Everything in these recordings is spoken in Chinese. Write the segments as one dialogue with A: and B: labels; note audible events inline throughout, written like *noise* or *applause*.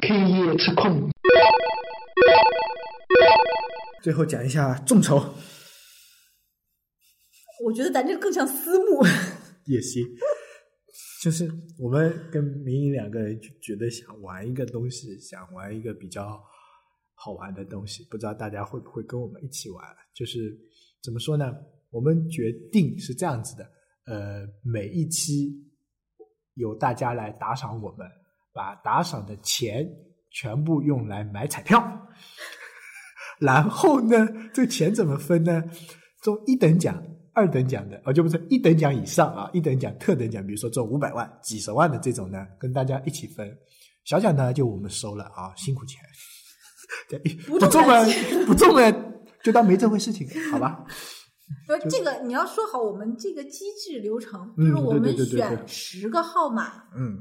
A: K 业吃控。
B: 最后讲一下众筹
C: 我觉得咱这更像私
B: *laughs*
C: 募，
B: 也行，就是我们跟明颖两个人就觉得想玩一个东西，想玩一个比较好玩的东西，不知道大家会不会跟我们一起玩？就是怎么说呢？我们决定是这样子的，呃，每一期由大家来打赏我们，把打赏的钱全部用来买彩票。 *laughs* 然后呢，这个钱怎么分呢？中一等奖、二等奖的，哦，就不是一等奖以上啊，一等奖、特等奖，比如说中五百万、几十万的这种呢，跟大家一起分。小奖呢，就我们收了啊，辛苦钱。 *laughs* 对
C: 不
B: 不
C: 中
B: 中了
C: 了，
B: 不中了，就当没这回事情，好吧？
C: 不是这个你要说好我们这个机制流程，就
B: 嗯
C: 是我
B: 对
C: 们
B: 对对对对
C: 选十个号码，
B: 嗯，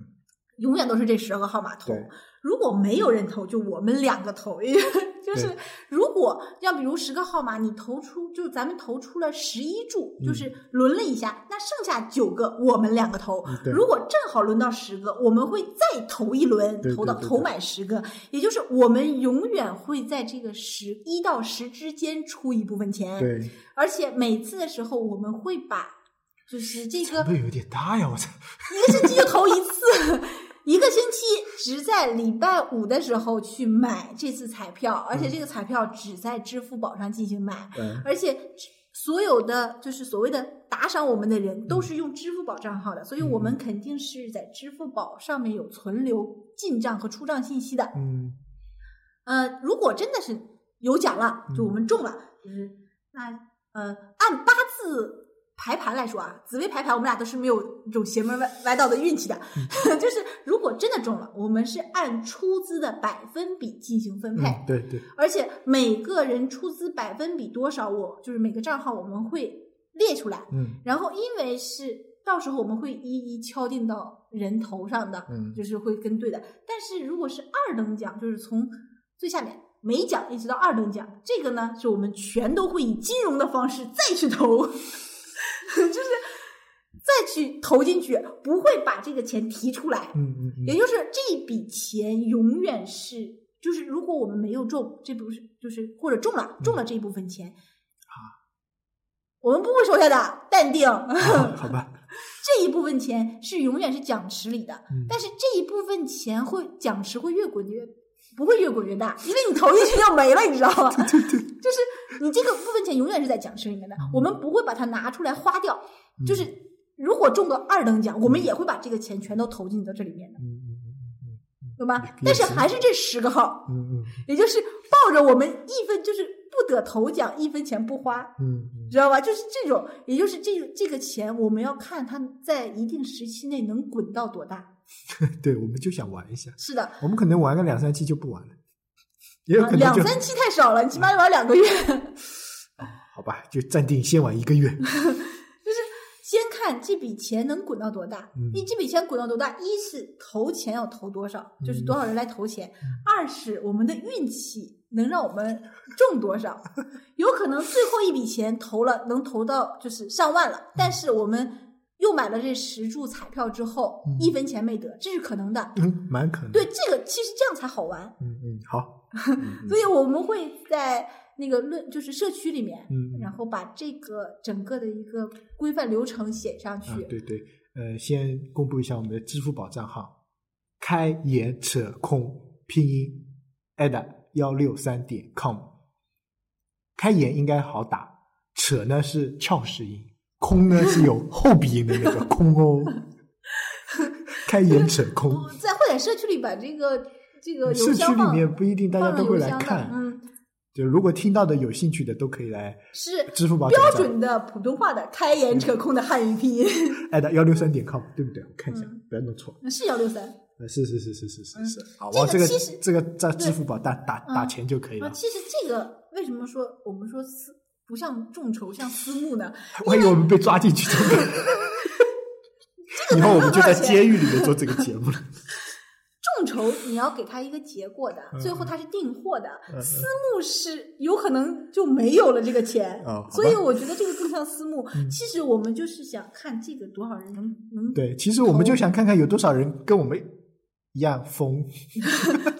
C: 永远都是这十个号码投
B: 对。
C: 如果没有人投，就我们两个投，因为 *laughs* 就是
B: 对
C: 如果要比如十个号码，你投出就咱们投出了十一注，
B: 嗯
C: 就是轮了一下，那剩下九个我们两个投
B: 嗯。对
C: 如果正好轮到十个，我们会再投一轮
B: 对，
C: 投到
B: 对对
C: 投
B: 对
C: 满十个，也就是我们永远会在这个十一到十之间出一部分钱。
B: 对，
C: 而且每次的时候，我们会把就是这个
B: 成本有点大呀，我操！
C: 一个星期就投一次， *laughs* 一个星期只在礼拜五的时候去买这次彩票，而且这个彩票只在支付宝上进行买，
B: 嗯，
C: 而且所有的就是所谓的打赏我们的人都是用支付宝账号的，所以我们肯定是在支付宝上面有存留进账和出账信息的。
B: 嗯，
C: 呃，如果真的是有奖了，就我们中了，就是那呃，按八字排盘来说啊，紫薇排盘我们俩都是没有这种邪门歪歪道的运气的， *laughs* 就是如果真的中了，我们是按出资的百分比进行分配，
B: 嗯对对，
C: 而且每个人出资百分比多少我，就是每个账号我们会列出来，
B: 嗯
C: 然后因为是到时候我们会一一敲定到人头上的，
B: 嗯
C: 就是会跟对的。但是如果是二等奖，就是从最下面每奖一直到二等奖，这个呢是我们全都会以金融的方式再去投， *laughs* 就是再去投进去，不会把这个钱提出来。
B: 嗯嗯嗯，
C: 也就是这一笔钱永远是，就是如果我们没有中，这不是就是或者中了中了这一部分钱啊，我们不会收下的，淡定。
B: 好好吧，
C: 这一部分钱是永远是讲池里的，
B: 嗯
C: 但是这一部分钱会讲池会越滚越不会越滚越大，因为你投进去就没了，你知道
B: *laughs*
C: 吗？就是你这个部分钱永远是在讲池里面的，
B: 嗯
C: 我们不会把它拿出来花掉。就是如果中个二等奖，我们也会把这个钱全都投进到这里面的，
B: 嗯嗯嗯
C: 对吗
B: 也？
C: 但是
B: 行
C: 还是这十个号，
B: 嗯嗯
C: 也就是抱着我们一分就是不得头奖，一分钱不花，
B: 嗯嗯，
C: 知道吧？就是这种，也就是这个这个钱，我们要看它在一定时期内能滚到多大。
B: 嗯对，我们就想玩一下，
C: 是的，啊
B: 我们可能玩个两三期就不玩了，也有可能
C: 两
B: 就
C: 三期太少了，你起码玩两个月。 *laughs*
B: 好吧，就暂定先玩一个月。
C: 先看这笔钱能滚到多大
B: 嗯。
C: 你这笔钱滚到多大？一是投钱要投多少，
B: 嗯
C: 就是多少人来投钱；二是我们的运气能让我们中
B: *laughs*
C: 多少。有可能最后一笔钱投了，能投到就是上万
B: 嗯
C: 了，但是我们又买了这十注彩票之后
B: 嗯，
C: 一分钱没得，这是可能的。
B: 嗯，蛮可能。
C: 对，，这个其实这样才好玩。
B: 嗯嗯，好。嗯嗯
C: 所以我们会在那个论就是社区里面，
B: 嗯嗯
C: 然后把这个整个的一个规范流程写上去。
B: 啊，对对，呃，先公布一下我们的支付宝账号，开眼扯空拼音 ad 幺六三点 com。开眼应该好打，扯呢是翘舌音，空呢是有后鼻音的那个空
C: *laughs*
B: 哦。开眼扯空，
C: 我哦在会在社区里把这个这个邮
B: 嗯社区
C: 箱
B: 里
C: 放
B: 面不一定大家
C: 放
B: 都
C: 了
B: 会
C: 邮
B: 来
C: 箱的，
B: 看，
C: 嗯，
B: 就如果听到的有兴趣的都可以来
C: 是
B: 支付宝
C: 标
B: 转账
C: 准的普通话的开眼扯空的汉语拼音， *laughs*
B: at 幺六三点 com，对不对？我看一下，
C: 嗯
B: 不要弄错。
C: 是幺六三。
B: 呃，是是是是是是是。好，
C: 嗯这
B: 往
C: 个
B: 这个
C: 其实
B: 这个在支付宝打打
C: 嗯
B: 打钱就可以
C: 啊，
B: 了。
C: 其实这个为什么说我们说私不像众筹像私募呢？
B: 万一我们被抓进去怎么 *laughs* 办？以后我们就在监狱里面做这个节目了。
C: 众筹你要给他一个结果的，
B: 嗯
C: 最后他是订货的，
B: 嗯嗯
C: 私募是有可能就没有了这个钱，
B: 哦好吧
C: 所以我觉得这个更像私募。
B: 嗯
C: 其实我们就是想看这个多少人能能
B: 对，其实我们就想看看有多少人跟我们一样疯，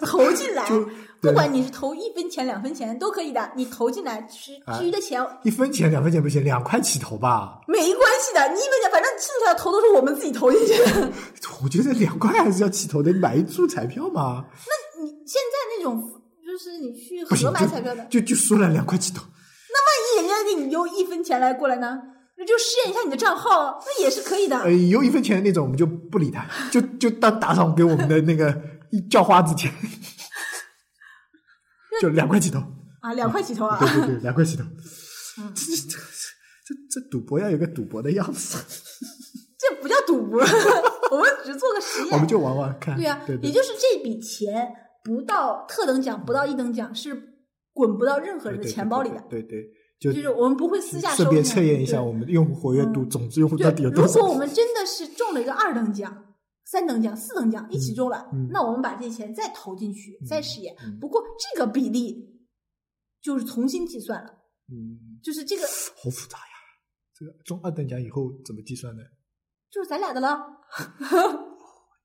C: 投进来
B: 就，对
C: 嗯不管你是投一分钱、两分钱都可以的，你投进来，至
B: 哎
C: 至于的钱、
B: 一分钱、两分钱不行，两块起头吧。
C: 没关系的，你一分钱反正剩下的投都是我们自己投进去的。 *laughs*
B: 我觉得两块还是要起头的，你买一注彩票嘛，
C: 你现在那种就是你去
B: 不行
C: 河买彩票的，
B: 就就说了两块起头，
C: 万一人家给你邮一分钱来过来呢，那就试验一下你的账号啊，那也是可以的。
B: 呃，有一分钱的那种我们就不理他，就就当打赏给我们的那个一叫花子钱， *laughs* 就两块起头，
C: 啊，两块起头啊
B: 对！对对，两块起头。
C: 嗯
B: 这这这这这赌博要有个赌博的样子，
C: 这不叫赌博， *laughs* 我们只是做个实
B: 我们
C: 验。
B: 就玩玩看。
C: 对呀、啊，
B: 对
C: 也
B: 对
C: 就是这笔钱不到特等奖，不到一等奖，是滚不到任何人
B: 嗯
C: 的
B: 对
C: 钱包里的。
B: 对对，对
C: 就
B: 对
C: 是我们不会私下
B: 就顺
C: 收钱。
B: 便测验一下
C: 对
B: 我们的用户活跃度，
C: 嗯
B: 总之用户
C: 对，
B: 到底有多
C: 如果
B: 少？
C: 我们真的是中了一个二等奖、三等奖、四等奖一起中了，
B: 嗯
C: 那我们把这钱再投进去，再试验。
B: 嗯
C: 不过这个比例就是重新计算了，
B: 嗯，
C: 就是这个
B: 好复杂呀！这个中二等奖以后怎么计算呢？
C: 就是咱俩的了。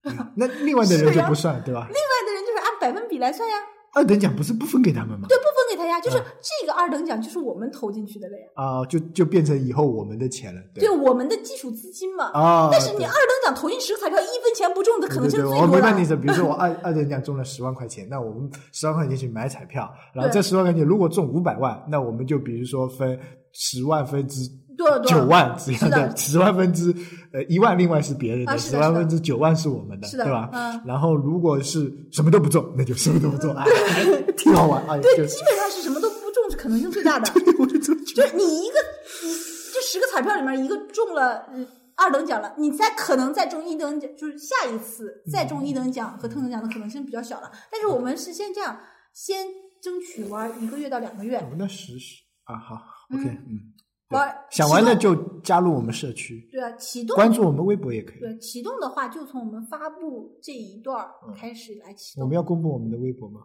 B: 哎呀那另外的人
C: 是
B: 就
C: 啊
B: 不算对吧？
C: *laughs* 另外的人就是按百分比来算呀，
B: 二等奖不是不分给他们吗？
C: 对，不分给他呀，就是
B: 嗯
C: 这个二等奖就是我们投进去的了呀，
B: 啊，就就变成以后我们的钱了，
C: 对我们的基础资金嘛。
B: 啊。
C: 但是你
B: 对
C: 二等奖投进十个彩票，一分钱不中的可能性
B: 对
C: 最啊
B: 对哦对，我
C: 多了。
B: 明白你的。比如说我二二等奖中了十万块钱，那我们十万块钱去买彩票，然后
C: 对
B: 这十万块钱如果中五百万，那我们就比如说分十万分之
C: 多少多少
B: 九万这样
C: 是
B: 的，
C: 的
B: 十万分之呃一万，另外是别人
C: 啊
B: 的，
C: 是
B: 十
C: 的
B: 万
C: 是的
B: 分之九万是我们的，
C: 是的
B: 对吧？
C: 嗯
B: 然后如果是什么都不中，那就什么都不
C: *laughs*
B: 中，哎，挺好玩啊，
C: 对，
B: 就
C: 基本上是什么都不中，是可能性最
B: *laughs*
C: 大的。
B: 我就这么觉得
C: 就是你一个，你这十个彩票里面一个中了嗯二等奖了，你再可能再中一等奖，就是下一次再中一等奖和特等奖的可能性比较小了。但是我们是先这样，先争取玩一个月到两个月
B: 我，们的十十啊，好，OK，
C: 嗯
B: 嗯，对
C: 玩
B: 想玩的
C: 启动
B: 就加入我们社区，
C: 对啊，启动
B: 关注我们微博也可以。
C: 对启动的话，就从我们发布这一段儿
B: 嗯
C: 开始来启
B: 我
C: 动。
B: 们要公布我们的微博吗？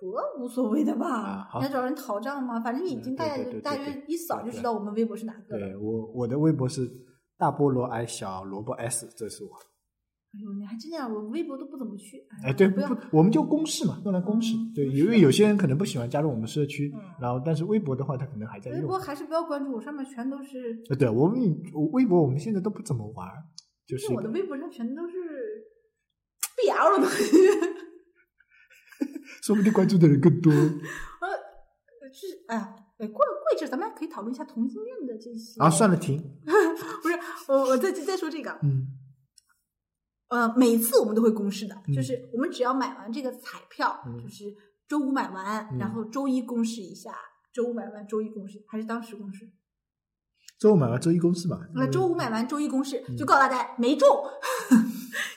C: 博无所谓的吧
B: 啊，好
C: 你要找人讨账吗？反正已经
B: 嗯
C: 大
B: 对对
C: 家
B: 对
C: 大
B: 对对
C: 约一扫就
B: 对
C: 知道我们微博是哪个了。
B: 对我我的微博是大菠萝矮小萝卜 S，这是我。
C: 哎呦，你还真这样，我微博都不怎么去。
B: 哎，对，
C: 嗯不
B: 不
C: 要，
B: 我们就公示嘛，用来公示
C: 嗯。
B: 对，
C: 公
B: 因
C: 示
B: 为有些人可能不喜欢加入我们社区
C: 嗯，
B: 然后但是微博的话，他可能还在
C: 微
B: 用
C: 博。还是不要关注，我上面全都是
B: 呃，对我们我微博我们现在都不怎么玩儿，就是
C: 那我的微博上全都是 BL 的 *laughs* 东西，
B: 说不定关注的人更
C: *laughs*
B: 多
C: 是哎呀，哎，过过一阵儿咱们还可以讨论一下同性恋的这些
B: 啊。算了，停，
C: 不是，我我再再说这个，
B: 嗯
C: 呃，每次我们都会公示的，
B: 嗯
C: 就是我们只要买完这个彩票，
B: 嗯
C: 就是周五买完，
B: 嗯
C: 然后周一公示一下，周五买完，周一公示，还是当时公
B: 嗯
C: 示？
B: 周五买完周一公示嘛。
C: 那、周五买完，周一公
B: 嗯
C: 示，就告诉大家没中， *laughs*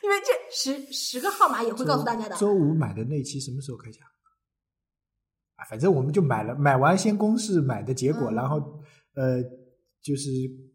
C: 因为这十十个号码也会告诉大家的。呃
B: 周五买的那一期什么时候开奖？啊，反正我们就买了，买完先公示买的结果，
C: 嗯
B: 然后呃，就是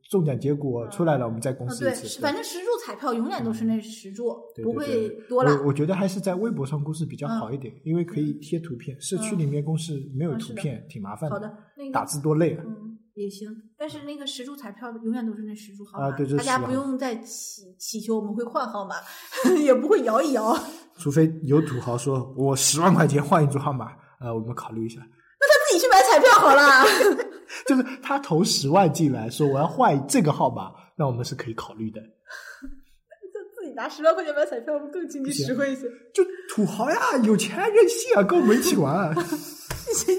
B: 中奖结果出来了，我们再公
C: 嗯，
B: 示
C: 对
B: 一，次。嗯
C: 反正十注彩票永远都是那十注，
B: 对
C: 不
B: 对
C: 会
B: 对
C: 多了。
B: 我我觉得还是在微博上公示比较好一点，因为可以贴图片。社区里面公示没有
C: 嗯
B: 图片，挺麻烦
C: 好的，那个
B: 打字多累啊。
C: 嗯也行，但是那个十注彩票永远都是那十注号码，
B: 啊对这
C: 大家
B: 10
C: 不用再祈祈求我们会换号码， *laughs* 也不会摇一摇。自
B: 除非有土豪说我十万块钱换一组号码，呃，我们考虑一下。 *laughs*
C: 己去买彩票好了。
B: 就是他投十万进来，说我要换这个号码，那我们是可以考虑的。
C: *laughs* 自己拿十万块钱买彩票，我们更经济
B: 不行
C: 实惠一些。
B: 就土豪呀，有钱任性啊，跟我们一起玩啊。
C: 神经